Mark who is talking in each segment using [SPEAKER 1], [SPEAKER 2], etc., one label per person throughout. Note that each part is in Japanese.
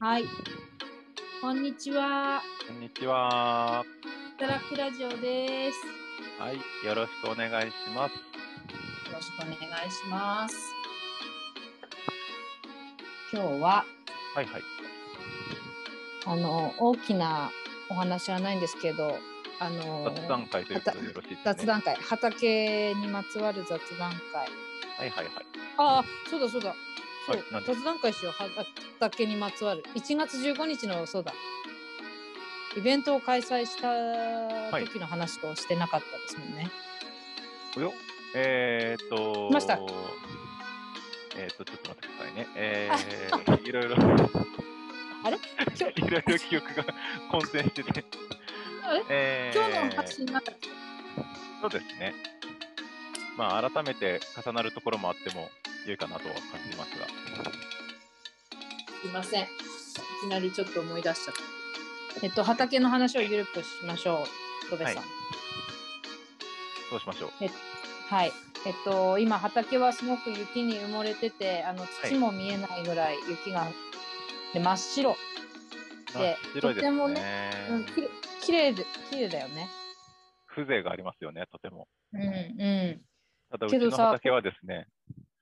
[SPEAKER 1] はい。こんにちは。
[SPEAKER 2] こんにちは。
[SPEAKER 1] 働くラジオです。
[SPEAKER 2] はい、よろしくお願いします。
[SPEAKER 1] よろしくお願いします。今日は
[SPEAKER 2] はいはい。
[SPEAKER 1] あの大きなお話はないんですけど、あの
[SPEAKER 2] 雑談会ということでよろしいです、ね。
[SPEAKER 1] 雑談会、畑にまつわる雑談会。
[SPEAKER 2] はいはいはい。
[SPEAKER 1] ああ、そうだそうだ。そう、
[SPEAKER 2] はい何です
[SPEAKER 1] 雑談会しよう。は畑にまつわる。1月15日のそうだ。イベントを開催した時の話をしてなかったですもんね。
[SPEAKER 2] およ。えー、っと。
[SPEAKER 1] 来ました
[SPEAKER 2] えー、っと、ちょっと待ってくださいね。えー、いろいろ。 あ
[SPEAKER 1] れ 今
[SPEAKER 2] いろいろ記憶が 混戦してて。
[SPEAKER 1] あれ
[SPEAKER 2] えー
[SPEAKER 1] 今日の発信なんだっけ
[SPEAKER 2] そうですね。まあ、改めて重なるところもあっても良いかなとは感じますが。
[SPEAKER 1] すいません。いきなりちょっと思い出しちゃった。えっと、畑の話をゆるくしましょう。戸部さん。はい
[SPEAKER 2] はい。どうしましょう。
[SPEAKER 1] えっと、今畑はすごく雪に埋もれてて、あの土も見えないぐらい雪が。で、真っ白。で
[SPEAKER 2] 真っ白
[SPEAKER 1] と
[SPEAKER 2] いです
[SPEAKER 1] ても
[SPEAKER 2] ね。
[SPEAKER 1] うん、きれ、綺麗で、綺麗だよね。
[SPEAKER 2] 風情がありますよね、とても。
[SPEAKER 1] うん、う
[SPEAKER 2] ただ、うち
[SPEAKER 1] けど
[SPEAKER 2] の
[SPEAKER 1] さ
[SPEAKER 2] 畑はですね、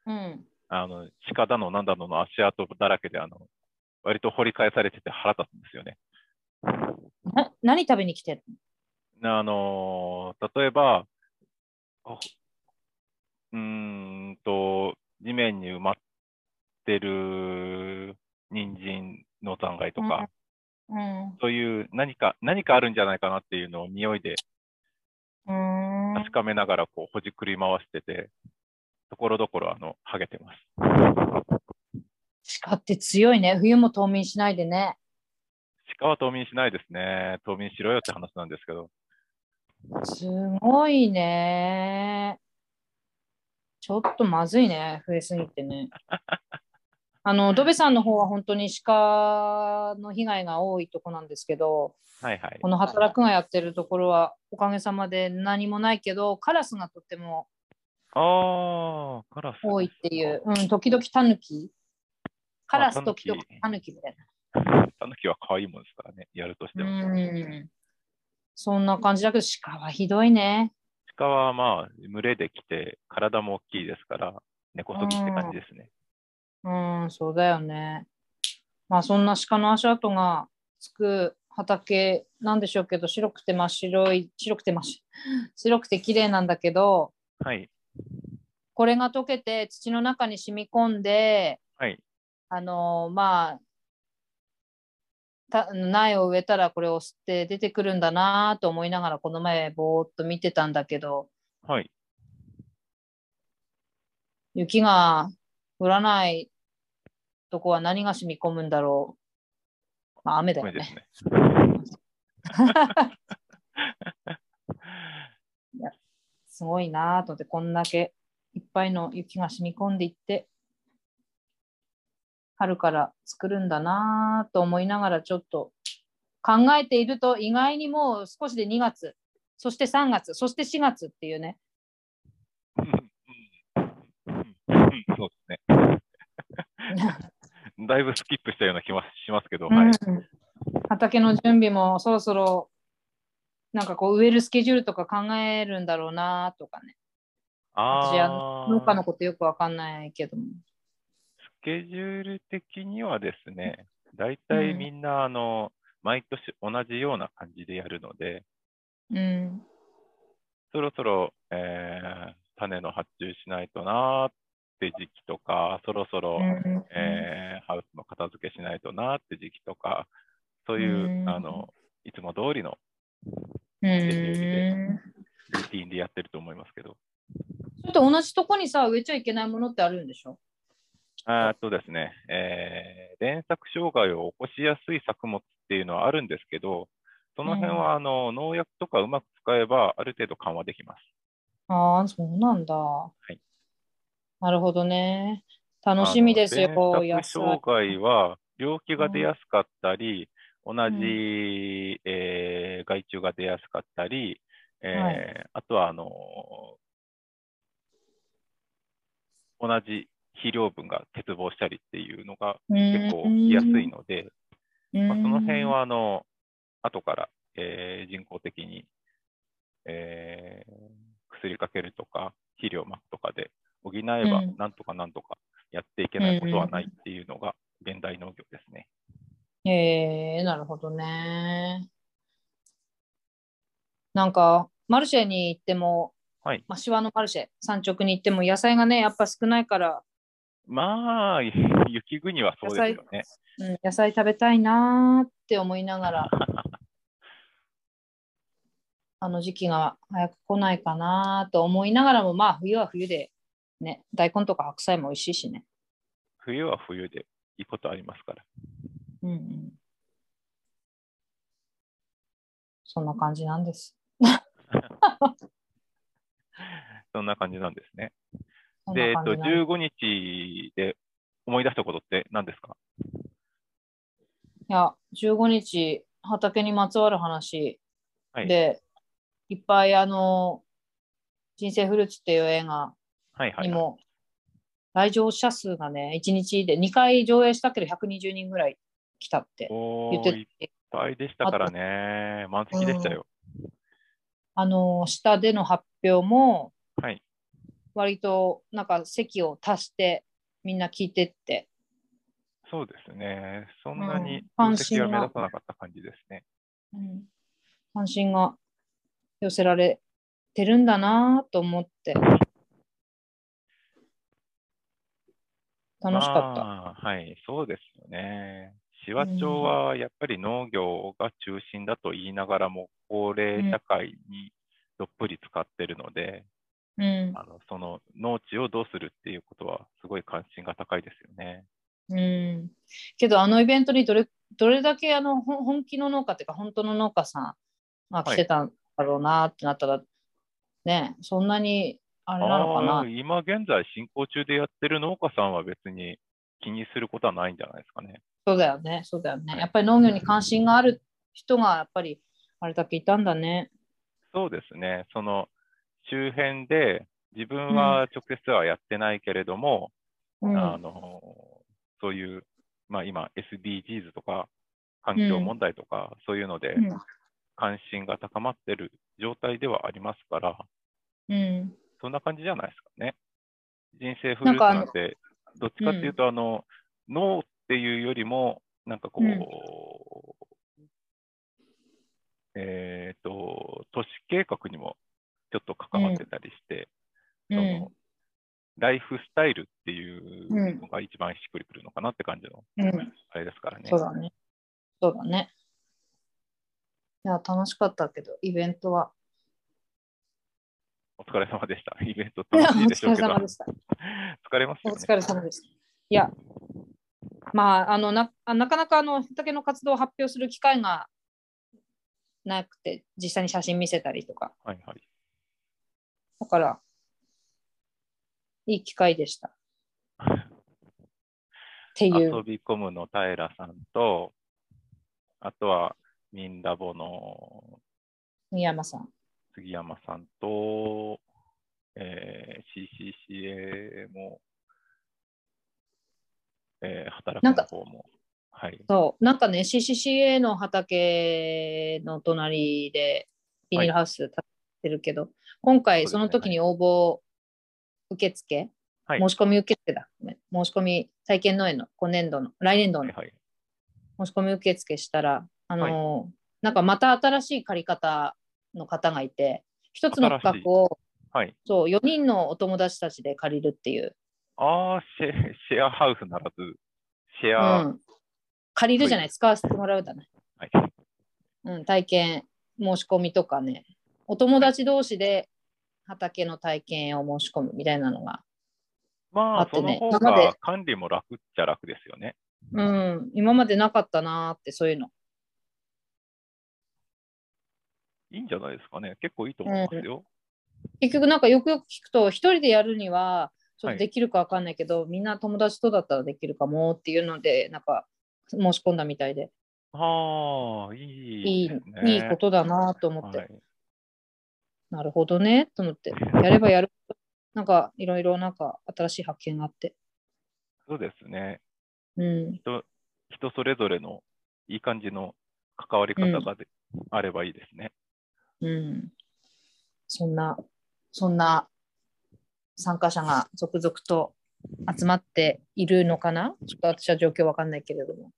[SPEAKER 1] ん、うん。
[SPEAKER 2] あの、鹿だの、なんだのの足跡だらけで、あの、割と掘り返されてて腹立つんですよね。
[SPEAKER 1] な、何食べに来てる
[SPEAKER 2] あのー例えば、あうーんと、地面に埋まってる人参の残骸とか、
[SPEAKER 1] の。
[SPEAKER 2] そういう何か、何かあるんじゃないかなっていうのを匂いで
[SPEAKER 1] うん。うーん
[SPEAKER 2] 確。かめながら、こう、ほじくり回してて、ところどころ、あの、はげてます。
[SPEAKER 1] 鹿って強いね。冬も冬眠しないでね。
[SPEAKER 2] 鹿は冬眠しないですね。冬眠しろよって話なんですけど。
[SPEAKER 1] すごいね。ちょっとまずいね、増えすぎてね。あの、ドベさんの方は本当に鹿の被害が多いとこなんですけど、
[SPEAKER 2] はいはい
[SPEAKER 1] こ。の働くがやってるところはおかげさまで何もないけど、カラスがとても
[SPEAKER 2] ああ、カラス。
[SPEAKER 1] 多いっていう、うん、時々タヌキ。カラス
[SPEAKER 2] あタヌ
[SPEAKER 1] 時
[SPEAKER 2] キ
[SPEAKER 1] 々タヌキみたい
[SPEAKER 2] タヌキは可愛いもんですからね、やるとして
[SPEAKER 1] な。う
[SPEAKER 2] も。
[SPEAKER 1] ん。そんな感じだけど、鹿はひどいね。
[SPEAKER 2] 鹿はまあ、群れで来て、体も大きいですから、根こそぎって感じですね。
[SPEAKER 1] うん、そうだよね。まあそんな鹿の足跡がつく畑なんでしょうけど、白くて真っ白い、白くて真っ白 白くて綺麗なんだけど、
[SPEAKER 2] はい。
[SPEAKER 1] これが溶けて土の中に染み込んで、
[SPEAKER 2] はい。
[SPEAKER 1] あのまあ、た苗を植えたらこれを吸って出てくるんだなと思いながらこの前ぼーっと見てたんだけど
[SPEAKER 2] はい。
[SPEAKER 1] 雪が降らないとこは何が染み込むんだろうまあ雨だ
[SPEAKER 2] ダ
[SPEAKER 1] よ
[SPEAKER 2] メで
[SPEAKER 1] ね
[SPEAKER 2] すね。
[SPEAKER 1] すごいなぁと思って、こんだけいっぱいの雪が染み込んでいって、春から作るんだなぁと思いながらちょっと考えていると意外にもう少しで2月、そして3月、そして4月っていうね、
[SPEAKER 2] うんうんうんそうですね。だいぶスキップしたような気はしますけど、はい。
[SPEAKER 1] うん畑の準備もそろそろなんかこう植えるスケジュールとか考えるんだろうなぁとかね、私あ
[SPEAKER 2] あ
[SPEAKER 1] 農家の
[SPEAKER 2] ー
[SPEAKER 1] ことよくわかんないけども。
[SPEAKER 2] スケジュール的にはですね、大体みんな、あの、毎年同じような感じでやるので、
[SPEAKER 1] うん、
[SPEAKER 2] そろそろ、えー種の発注しないとなーって時期とか、そろそろ、
[SPEAKER 1] うん
[SPEAKER 2] えーハウスの片付けしないとなーって時期とか、そういう、
[SPEAKER 1] うん
[SPEAKER 2] あのいつも通りの
[SPEAKER 1] うん
[SPEAKER 2] ルーティンでやってると思いますけど、
[SPEAKER 1] ちょっと同じとこにさ、植えちゃいけないものってあるんでしょ
[SPEAKER 2] あーとですね、えー、連作障害を起こしやすい作物っていうのはあるんですけど、その辺は、あの農薬とかうまく使えば、ある程度緩和できます。
[SPEAKER 1] ああ、そうなんだ。
[SPEAKER 2] い
[SPEAKER 1] なるほどね。楽しみですよ、
[SPEAKER 2] あの
[SPEAKER 1] 野
[SPEAKER 2] 連作
[SPEAKER 1] 菜
[SPEAKER 2] 障。害は病気が出やすかったり、同じ、えー害虫が出やすかったり、えー
[SPEAKER 1] は
[SPEAKER 2] あとはあのー同じ肥料分が欠乏したりっていうのが
[SPEAKER 1] 結
[SPEAKER 2] 結構起きやすいので、まあ、その辺
[SPEAKER 1] は
[SPEAKER 2] はあの後から、えー人工的に、えー薬かけるとか肥料まくとかで補えば
[SPEAKER 1] うん
[SPEAKER 2] なんとかなんとかやっていけないことはないっていうのが現代農業ですね。
[SPEAKER 1] へえなるほどね。なんか、マルシェに行っても、
[SPEAKER 2] はい
[SPEAKER 1] まあ、シワのマルシェ、山直に行っても、野菜がね、やっぱ少ないから、
[SPEAKER 2] まあ 雪国はそうですよね。
[SPEAKER 1] うん、野菜食べたいなーって思いなが ら、あの時期が早く来ないかなーと思いながらも、まあ、冬は冬で、ね、大根とか白菜も美味しいしね。
[SPEAKER 2] 冬は冬でいいことありますから。
[SPEAKER 1] うんうん。そんな感じなんです。
[SPEAKER 2] そんな感じなんですね。
[SPEAKER 1] そんな
[SPEAKER 2] で、えっ
[SPEAKER 1] 感
[SPEAKER 2] と、
[SPEAKER 1] じなんです
[SPEAKER 2] 15日で思い出したことって何ですか
[SPEAKER 1] いや、15日、畑にまつわる話
[SPEAKER 2] はい
[SPEAKER 1] で、い、っぱいあの、人生フルーツっていう映画
[SPEAKER 2] はいは
[SPEAKER 1] に
[SPEAKER 2] いはい。
[SPEAKER 1] も、来場者数がね、1日で2回上映したけど120人ぐらい来たって
[SPEAKER 2] お
[SPEAKER 1] 言っ
[SPEAKER 2] ー
[SPEAKER 1] て、
[SPEAKER 2] いってぱいでしたからね。満席でしたよ。
[SPEAKER 1] あの、下での発表も、
[SPEAKER 2] はい。
[SPEAKER 1] 割となんか席を足して、みんな聞いてって、
[SPEAKER 2] そうですね。そんなに
[SPEAKER 1] うん
[SPEAKER 2] 分析が
[SPEAKER 1] 関心
[SPEAKER 2] 目
[SPEAKER 1] が
[SPEAKER 2] 立たなかった感じですね。
[SPEAKER 1] うん、関心が寄せられてるんだなぁと思って楽しかった。
[SPEAKER 2] まあはい、そうですよね。紫波町はやっぱり農業が中心だと言いながらも、高齢社会にどっぷり使ってるので、
[SPEAKER 1] うん
[SPEAKER 2] あのその農地をどうするっていうことは、すごい関心が高いですよね。
[SPEAKER 1] うん、けどあのイベントにどれどれだけあのほん本気の農家っていうか本当の農家さんが来てたんだろうなってなったら、ねそんなにあれなのか
[SPEAKER 2] あ
[SPEAKER 1] な
[SPEAKER 2] ー今現在進行中でやってる農家さんは別に気にすることはないんじゃないですかね。
[SPEAKER 1] そうだよねそうだよね
[SPEAKER 2] はい
[SPEAKER 1] やっぱり農業に関心がある人がやっぱりあれだけいたんだね。
[SPEAKER 2] そうですね。その周辺で自分は直接はやってないけれども、
[SPEAKER 1] うん
[SPEAKER 2] あのそういう、まあ、今、SDGs とか、環境問題とか、そういうので関心が高まってる状態ではありますから、
[SPEAKER 1] うんうん
[SPEAKER 2] そんな感じじゃないですかね。人生フ
[SPEAKER 1] なん
[SPEAKER 2] ルーツ
[SPEAKER 1] かあの
[SPEAKER 2] なんて、どっちかっていうと、あの脳っていうよりも、なんかこう、
[SPEAKER 1] うん
[SPEAKER 2] えっ、と、都市計画にもちょっと関わってたりして、
[SPEAKER 1] う
[SPEAKER 2] その
[SPEAKER 1] ん
[SPEAKER 2] ライフスタイルっていううんのが一番しっくりくるのかなって感じの、
[SPEAKER 1] うん
[SPEAKER 2] あれですからね。
[SPEAKER 1] そうだね。そうだね。いや、楽しかったけど、イベントは。
[SPEAKER 2] お疲れ様でした。イベント
[SPEAKER 1] お
[SPEAKER 2] 楽しいでし
[SPEAKER 1] 疲
[SPEAKER 2] ょう
[SPEAKER 1] れ
[SPEAKER 2] けど、
[SPEAKER 1] 様で
[SPEAKER 2] 疲
[SPEAKER 1] した。
[SPEAKER 2] れます
[SPEAKER 1] お
[SPEAKER 2] よね。
[SPEAKER 1] 疲れ様でした。いや、まあ、あのなあなかなかあの畑の活動を発表する機会がなくて、実際に写真見せたりとか、
[SPEAKER 2] はいはい。
[SPEAKER 1] だから、いい機会でした。っていう
[SPEAKER 2] 遊、び込むの平さんと、あとはミンラボの
[SPEAKER 1] 杉山さん。
[SPEAKER 2] 杉山さんと、えー、CCCA も、えー働
[SPEAKER 1] なん
[SPEAKER 2] く
[SPEAKER 1] か
[SPEAKER 2] の方も。はい。
[SPEAKER 1] そう、なんかね、CCCA の畑の隣でビニールハウス建ってるけど、今回
[SPEAKER 2] そ
[SPEAKER 1] そう
[SPEAKER 2] ですね
[SPEAKER 1] の時に応募受付、
[SPEAKER 2] はい
[SPEAKER 1] 申し込み受付だ、ごめん申し込み体験農園の今年度の、来年度
[SPEAKER 2] はい
[SPEAKER 1] の
[SPEAKER 2] はい。
[SPEAKER 1] 申し込み受付したら、あのーなんかまた新しい借り方の方がいて、一つの区画を
[SPEAKER 2] はい、
[SPEAKER 1] そう4人のお友達たちで借りるっていう、
[SPEAKER 2] ああ、シェシェアハウスならず、シェ
[SPEAKER 1] う
[SPEAKER 2] ア、
[SPEAKER 1] ん、借りるじゃない、使わせてもらうだね。
[SPEAKER 2] はい。
[SPEAKER 1] うん、体験申し込みとかねお友達同士で畑の体験を申し込むみたいなのが、
[SPEAKER 2] ま
[SPEAKER 1] あ
[SPEAKER 2] あ、
[SPEAKER 1] って
[SPEAKER 2] その
[SPEAKER 1] ね
[SPEAKER 2] 方
[SPEAKER 1] 今まで
[SPEAKER 2] が管理も楽っちゃ楽ですよね。
[SPEAKER 1] うん、今までなかったなーってそういうの
[SPEAKER 2] いいんじゃないですかね。結構いいと思いますよ。
[SPEAKER 1] 結局なんかよくよく聞くと一人でやるにはちょっ
[SPEAKER 2] はい
[SPEAKER 1] とできるかわかんないけど、みんな友達とだったらできるかもっていうのでなんか申し込んだみたいで
[SPEAKER 2] ああ、い
[SPEAKER 1] い
[SPEAKER 2] い
[SPEAKER 1] い,、
[SPEAKER 2] ですね。
[SPEAKER 1] いいことだなーと思って、
[SPEAKER 2] はい
[SPEAKER 1] なるほどねと思ってやればやるなんかいろいろなんか新しい発見があって、
[SPEAKER 2] そうですね。
[SPEAKER 1] うん、
[SPEAKER 2] 人それぞれのいい感じの関わり方がで、あればいいですね。
[SPEAKER 1] うん。そんな、そんな参加者が続々と集まっているのかなちょっと私は状況わかんないけれども。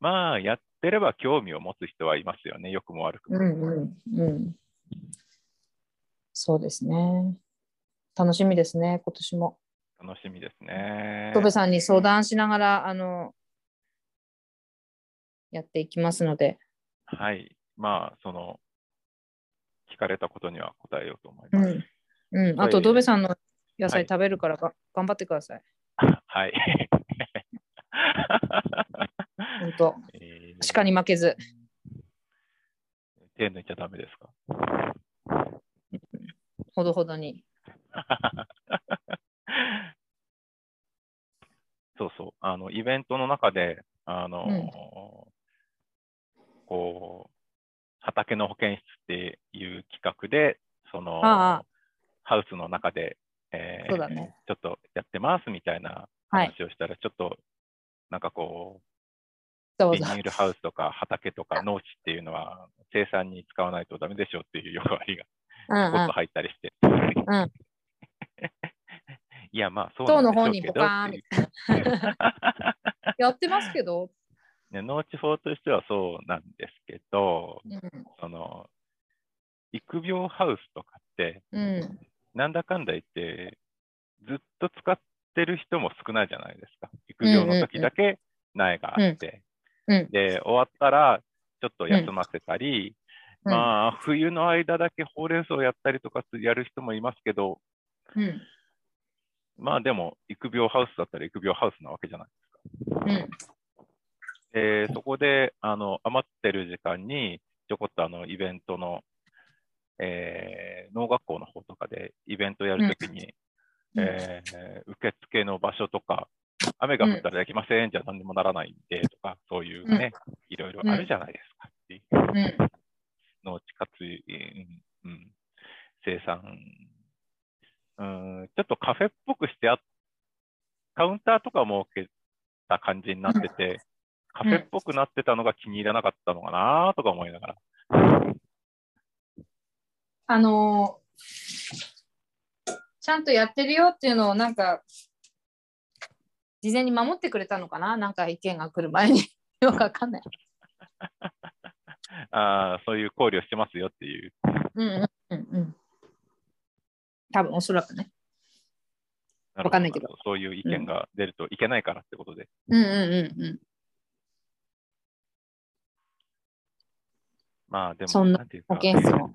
[SPEAKER 2] まあ、やってれば興味を持つ人はいますよね、良くも悪くも。
[SPEAKER 1] うん。うん。そうですね。楽しみですね、今年も。
[SPEAKER 2] 楽しみですね。
[SPEAKER 1] 戸部さんに相談しながら、あの、やっていきますので。
[SPEAKER 2] はい。まあ、その、聞かれたことには答えようと思いうます。
[SPEAKER 1] ん。うん、あ
[SPEAKER 2] は
[SPEAKER 1] と、
[SPEAKER 2] い
[SPEAKER 1] 戸部さんの野菜
[SPEAKER 2] はい
[SPEAKER 1] 食べるからが、頑張ってください。
[SPEAKER 2] はい。
[SPEAKER 1] 本当。
[SPEAKER 2] えー
[SPEAKER 1] 鹿に負けず。
[SPEAKER 2] 手抜いちゃダメですか
[SPEAKER 1] ほどほどに。
[SPEAKER 2] そうそう。あの、イベントの中で、あの、
[SPEAKER 1] うん
[SPEAKER 2] こう、畑の保健室っていう企画で、その、
[SPEAKER 1] ああ
[SPEAKER 2] ハウスの中で、えー
[SPEAKER 1] そうだね
[SPEAKER 2] ちょっとやってますみたいな
[SPEAKER 1] はい。
[SPEAKER 2] 話をしたら、ちょっと、なんかこ
[SPEAKER 1] ど
[SPEAKER 2] う、
[SPEAKER 1] う
[SPEAKER 2] ビニ
[SPEAKER 1] ぞ。
[SPEAKER 2] ールハウスとか畑とか農地っていうのは生産に使わないとダメでしょうっていう欲張りが
[SPEAKER 1] うんう
[SPEAKER 2] ポッ
[SPEAKER 1] ん
[SPEAKER 2] と。入ったりして。
[SPEAKER 1] ん
[SPEAKER 2] いや、まあ、そう
[SPEAKER 1] 塔
[SPEAKER 2] な
[SPEAKER 1] の
[SPEAKER 2] んでしょ
[SPEAKER 1] 方
[SPEAKER 2] う
[SPEAKER 1] に
[SPEAKER 2] け
[SPEAKER 1] ポ
[SPEAKER 2] ど
[SPEAKER 1] カーンみたいな。やってますけど。
[SPEAKER 2] ね、農地法としてはそうなんですけど、
[SPEAKER 1] うん。
[SPEAKER 2] その、育苗ハウスとかって、
[SPEAKER 1] うん。
[SPEAKER 2] なんだかんだ言って、ずっと使ってる人も少ないじゃないですか。育苗の時だけ苗があって、
[SPEAKER 1] うん。
[SPEAKER 2] で、終わったら、ちょっと休ませたり、
[SPEAKER 1] うん
[SPEAKER 2] まあ、冬の間だけほうれん草やったりとかすやる人もいますけど、
[SPEAKER 1] うん。
[SPEAKER 2] まあでも、育苗ハウスだったら育苗ハウスなわけじゃない。
[SPEAKER 1] うん。
[SPEAKER 2] で、そこで、あの、余ってる時間に、ちょこっとあの、イベントの、えー農学校の方とかでイベントやるときに、
[SPEAKER 1] うん
[SPEAKER 2] えー受付の場所とか、雨が降ったらできません、じゃ何にもならないんで、とか、そういうね、いろいろあるじゃないですかっていう。
[SPEAKER 1] うん。
[SPEAKER 2] 農地活、うんうん、生産、うん、ちょっとカフェっぽくしてあっカウンターとか設けた感じになってて、カフェっぽくなってたのが気に入らなかったのかなとか思いながら、
[SPEAKER 1] あのーちゃんとやってるよっていうのをなんか、事前に守ってくれたのかななんか意見が来る前に。 よくわかんない。
[SPEAKER 2] あーそういう考慮してますよっていう、
[SPEAKER 1] うんうんうんうん。多分おそらくね。
[SPEAKER 2] なるほ
[SPEAKER 1] わかんないけど
[SPEAKER 2] るほそういう意見が出るといけないからってことで、
[SPEAKER 1] うんうんうんうん。
[SPEAKER 2] まあでも、
[SPEAKER 1] そんな
[SPEAKER 2] ていう
[SPEAKER 1] 保
[SPEAKER 2] か
[SPEAKER 1] 健室も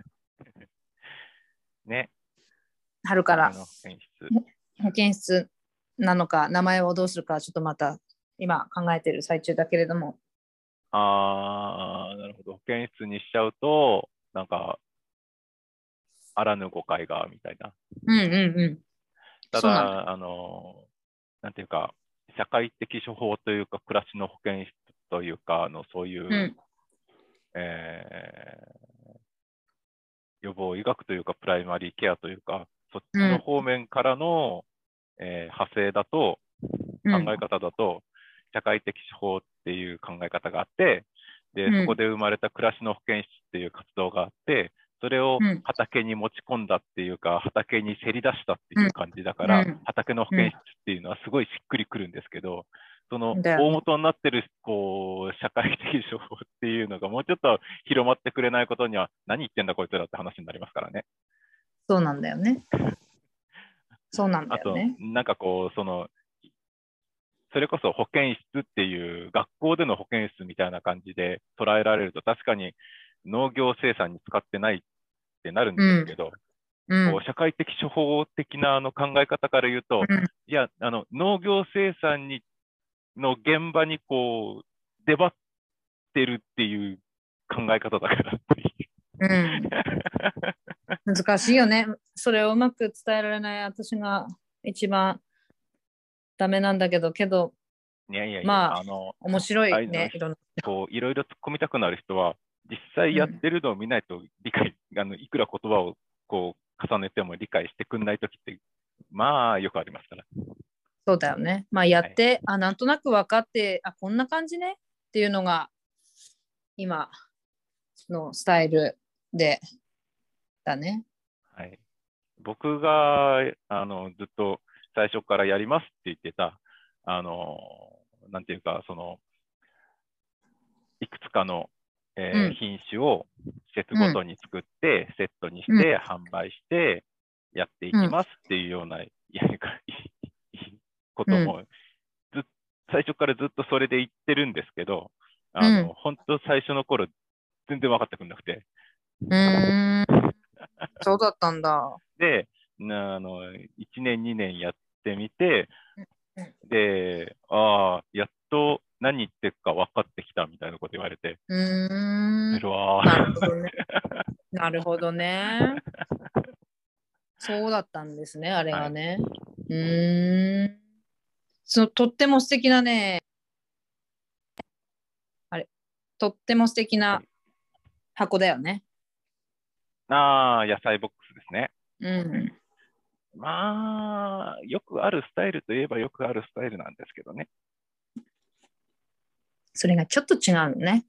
[SPEAKER 2] ね、
[SPEAKER 1] 春から
[SPEAKER 2] 保健室
[SPEAKER 1] 保健室なのか名前をどうするかちょっとまた今考えてる最中だけれども
[SPEAKER 2] ああ、なるほど。保健室にしちゃうと、なんか、あらぬ誤解が、みたいな。
[SPEAKER 1] うんうんう
[SPEAKER 2] た
[SPEAKER 1] そうなん
[SPEAKER 2] だ、あの、なんていうか、社会的処方というか、暮らしの保健室というか、あのそういう、
[SPEAKER 1] うん
[SPEAKER 2] えー予防医学というか、プライマリーケアというか、そっちの方面からの、えー派生だと、
[SPEAKER 1] んう
[SPEAKER 2] 考
[SPEAKER 1] ん
[SPEAKER 2] え方だと、社会的手法っていう考え方があって、で、
[SPEAKER 1] うん
[SPEAKER 2] そこで生まれた暮らしの保健室っていう活動があって、それを
[SPEAKER 1] うん
[SPEAKER 2] 畑に持ち込んだっていうか、畑にせり出したっていう感じだから、
[SPEAKER 1] うん
[SPEAKER 2] 畑の保健室っていうのはすごいしっくりくるんですけど、その
[SPEAKER 1] だよね
[SPEAKER 2] 大元になってるこう社会的手法っていうのがもうちょっと広まってくれないことには何言ってんだこいつらって話になりますからね。
[SPEAKER 1] そうなんだよねそうなんだ
[SPEAKER 2] あ
[SPEAKER 1] よ
[SPEAKER 2] と
[SPEAKER 1] ね、
[SPEAKER 2] なんかこう、その、それこそ保健室っていう、学校での保健室みたいな感じで捉えられると、確かに農業生産に使ってないってなるんですけど、
[SPEAKER 1] うん
[SPEAKER 2] こう社会的処方的なあの考え方から言うと、
[SPEAKER 1] うん
[SPEAKER 2] いや、あの農業生産にの現場にこう、出張ってるっていう考え方だから っていう
[SPEAKER 1] うん、難しいよねそれをうまく伝えられない私が一番ダメなんだけどけど
[SPEAKER 2] いやいやいや、
[SPEAKER 1] まあ
[SPEAKER 2] あの、
[SPEAKER 1] 面白
[SPEAKER 2] あ
[SPEAKER 1] い
[SPEAKER 2] りがとうございま
[SPEAKER 1] ね
[SPEAKER 2] す
[SPEAKER 1] いろんな
[SPEAKER 2] こういろいろ突っ込みたくなる人は、実際やってるのを見ないと理解、 あのいくら言葉をこう重ねても理解してくんないときって、まあよくありますから。
[SPEAKER 1] そうだよね。まあやって、あなんとなく分かってあこんな感じねっていうのが今のスタイルでだね。
[SPEAKER 2] はい、僕があのずっと最初からやりますって言ってた、あのなんていうか、そのいくつかの、えー
[SPEAKER 1] うん
[SPEAKER 2] 品種を施設ごとに作って、セットにして、販売して、やっていきますっていうような、いやいいいことも、ずっ最初からずっとそれで言ってるんですけど、あの
[SPEAKER 1] う
[SPEAKER 2] 本当、最初の頃全然分かってくんなくて。
[SPEAKER 1] うー ん。そうだったんだ。
[SPEAKER 2] で、なあの1年、2年やってみて
[SPEAKER 1] うん、
[SPEAKER 2] で、ああ、やっと何言ってるか分かってきたみたいなこと言われて、
[SPEAKER 1] うーん
[SPEAKER 2] う。わ
[SPEAKER 1] なるほ どね。なるほどね。そうだったんですね、あれがね。うーん。そのとっても素敵なね、あれ、とっても素敵な箱だよね。
[SPEAKER 2] ーああ、野菜ボックスですね。
[SPEAKER 1] うん。
[SPEAKER 2] まあ、よくあるスタイルといえばよくあるスタイルなんですけどね、
[SPEAKER 1] それがちょっと違うのね。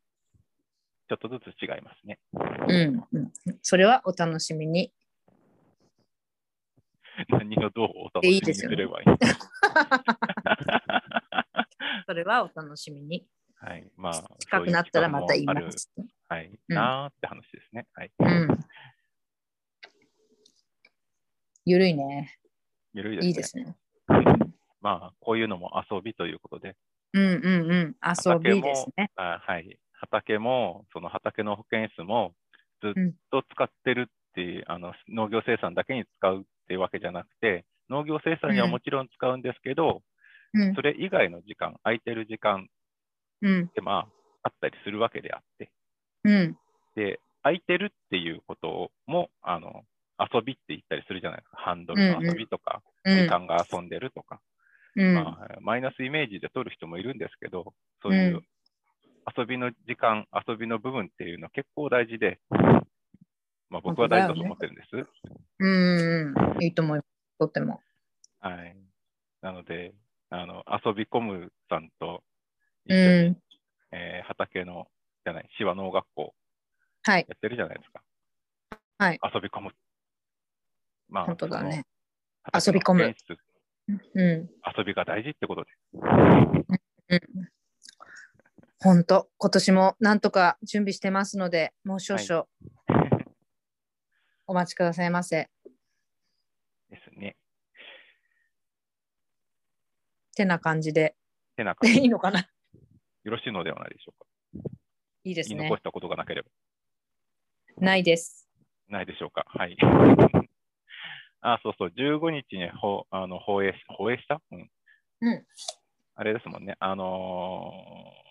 [SPEAKER 2] ちょっとずつ違いますね。
[SPEAKER 1] うん。うんそれはお楽しみに。
[SPEAKER 2] 何をどうお楽しみにすればいいのか。
[SPEAKER 1] それはお楽しみに。
[SPEAKER 2] はい、まあ、
[SPEAKER 1] 近くなったらまた言い
[SPEAKER 2] そ
[SPEAKER 1] ま
[SPEAKER 2] うう時間も
[SPEAKER 1] す。
[SPEAKER 2] ある。はい、
[SPEAKER 1] うん
[SPEAKER 2] なーって話ですね。はい。
[SPEAKER 1] うん。ゆるいね。
[SPEAKER 2] ゆるいですね。
[SPEAKER 1] いいですね。
[SPEAKER 2] まあ、こういうのも遊びということで、
[SPEAKER 1] うんうんうん。遊びですね。
[SPEAKER 2] あはい、畑も、その畑の保健室も、ず
[SPEAKER 1] うん
[SPEAKER 2] っと使ってるっていう、あの農業生産だけに使うっていうわけじゃなくて、農業生産には
[SPEAKER 1] うん
[SPEAKER 2] もちろん使うんですけ
[SPEAKER 1] う
[SPEAKER 2] ど、
[SPEAKER 1] ん
[SPEAKER 2] それ以外の時間、空いてる時間
[SPEAKER 1] うん
[SPEAKER 2] って、まあ、あったりするわけであって、
[SPEAKER 1] うん。
[SPEAKER 2] で、空いてるっていうことも、あの遊びって言ったりするじゃないですか、ハンドルの遊びとか、
[SPEAKER 1] うん
[SPEAKER 2] 時間が遊んでるとか、
[SPEAKER 1] うん
[SPEAKER 2] まあ、マイナスイメージで取る人もいるんですけど、そういうう遊びの時間、遊びの部分っていうのは結構大事で、まあ、僕は大事だと思ってるんです。
[SPEAKER 1] うんうん、いいと思います。とても。
[SPEAKER 2] はい、なのであの、遊び込むさんと
[SPEAKER 1] う
[SPEAKER 2] 一緒に、
[SPEAKER 1] ん。
[SPEAKER 2] えー畑の、じゃない、芝農学校
[SPEAKER 1] はい。
[SPEAKER 2] やってるじゃないですか。
[SPEAKER 1] はい、
[SPEAKER 2] 遊び込む。まあ
[SPEAKER 1] 本当だね。
[SPEAKER 2] その
[SPEAKER 1] 遊び込む
[SPEAKER 2] 畑の演出
[SPEAKER 1] うん。
[SPEAKER 2] 遊びが大事ってことで。
[SPEAKER 1] 本当、今年もなんとか準備してますので、もう少々お待ちくださいませ。っ
[SPEAKER 2] ですね。
[SPEAKER 1] てな感じで。
[SPEAKER 2] てな感じ、
[SPEAKER 1] い
[SPEAKER 2] よ
[SPEAKER 1] いのかな
[SPEAKER 2] ろしいのではないでしょうか。
[SPEAKER 1] いいです
[SPEAKER 2] 言い
[SPEAKER 1] ね
[SPEAKER 2] 残。したことがなければ。
[SPEAKER 1] ないです。
[SPEAKER 2] ないでしょうか。はい。 あ、そうそう、15日にほあの放映し放映した、うん、
[SPEAKER 1] うん。
[SPEAKER 2] あれですもんね、あのー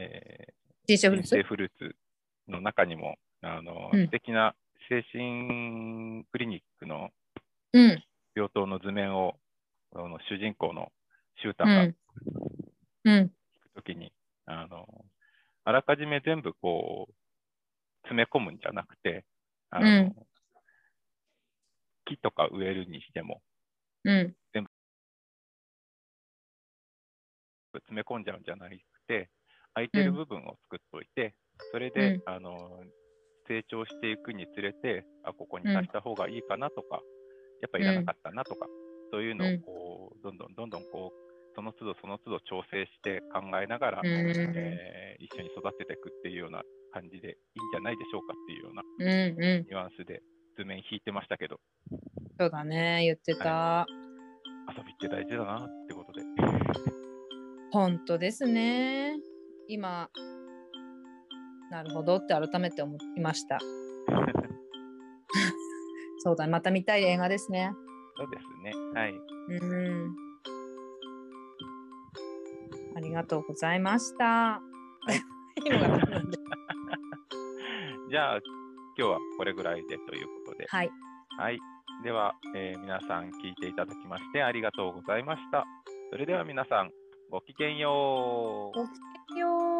[SPEAKER 2] え
[SPEAKER 1] 新車
[SPEAKER 2] ー、
[SPEAKER 1] フルー
[SPEAKER 2] 人
[SPEAKER 1] ツ
[SPEAKER 2] 生フルーツの中にも、あのー
[SPEAKER 1] うん
[SPEAKER 2] 素敵な精神クリニックの
[SPEAKER 1] うん。
[SPEAKER 2] 病棟の図面を、あの主人公のシュータ
[SPEAKER 1] う
[SPEAKER 2] ーが
[SPEAKER 1] ん。うん。
[SPEAKER 2] ときに、あのあらかじめ全部こう詰め込むんじゃなくてあの、
[SPEAKER 1] うん
[SPEAKER 2] 木とか植えるにしても
[SPEAKER 1] うん。
[SPEAKER 2] 詰め込んじゃうんじゃなくて空いてる部分を作っといて、それで、
[SPEAKER 1] うん
[SPEAKER 2] あの成長していくにつれてあここに足した方がいいかなとか、やっぱいらなかったなとか、そういうのをこうどんどんどんどんこうその都度その都度調整して考えながら、
[SPEAKER 1] うん
[SPEAKER 2] えー一緒に育てていくっていうような感じでいいんじゃないでしょうかっていうような
[SPEAKER 1] うん。うん。
[SPEAKER 2] ニュアンスで図面引いてましたけど
[SPEAKER 1] そうだね。言ってた。
[SPEAKER 2] 遊びって大事だなってことで
[SPEAKER 1] 本当ですね。今、なるほどって改めて思いました。そうだね、また見たい映画ですね。
[SPEAKER 2] そうですねはい
[SPEAKER 1] うん。ありがとうございました。 いいのかななんで
[SPEAKER 2] じゃあ今日はこれぐらいでということで
[SPEAKER 1] はい、
[SPEAKER 2] はい。では、えー皆さん聞いていただきましてありがとうございました。それでは皆さん、ごきげんよう。
[SPEAKER 1] ごきげんよう。